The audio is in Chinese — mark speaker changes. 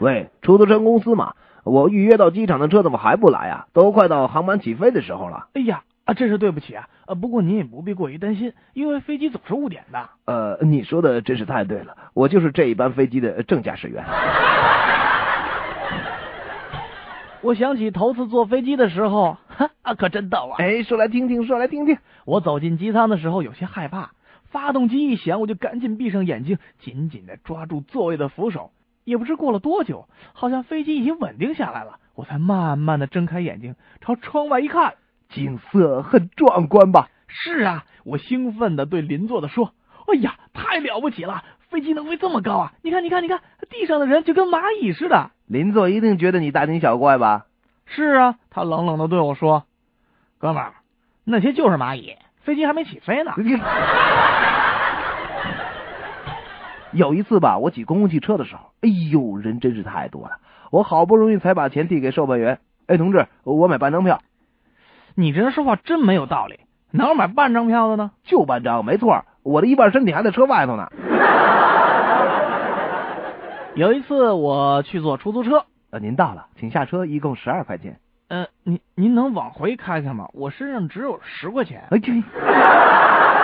Speaker 1: 喂，出租车公司嘛，我预约到机场的车怎么还不来啊？都快到航班起飞的时候了。
Speaker 2: 哎呀，啊，真是对不起啊！呃，不过您也不必过于担心，因为飞机总是误点的。
Speaker 1: 呃，你说的真是太对了，我就是这一班飞机的正驾驶员。
Speaker 2: 我想起头次坐飞机的时候，哈啊，可真逗啊！
Speaker 1: 哎，说来听听，说来听听。
Speaker 2: 我走进机舱的时候有些害怕，发动机一响，我就赶紧闭上眼睛，紧紧的抓住座位的扶手。也不知过了多久，好像飞机已经稳定下来了，我才慢慢的睁开眼睛，朝窗外一看，
Speaker 1: 景色很壮观吧？
Speaker 2: 是啊，我兴奋的对邻座的说：“哎呀，太了不起了！飞机能飞这么高啊！你看，你看，你看，地上的人就跟蚂蚁似的。
Speaker 1: 邻座一定觉得你大惊小怪吧？”
Speaker 2: 是啊，他冷冷的对我说：“哥们儿，那些就是蚂蚁，飞机还没起飞呢。
Speaker 1: 有一次吧，我挤公共汽车的时候，哎呦，人真是太多了，我好不容易才把钱递给售票员。哎，同志，我买半张票，
Speaker 2: 你这人说话真没有道理，哪有买半张票的呢？
Speaker 1: 就半张，没错，我的一半身体还在车外头呢。
Speaker 2: 有一次我去坐出租车，
Speaker 1: 呃，您到了，请下车，一共十二块钱。
Speaker 2: 呃，您您能往回开开吗？我身上只有十块钱。
Speaker 1: 哎，这。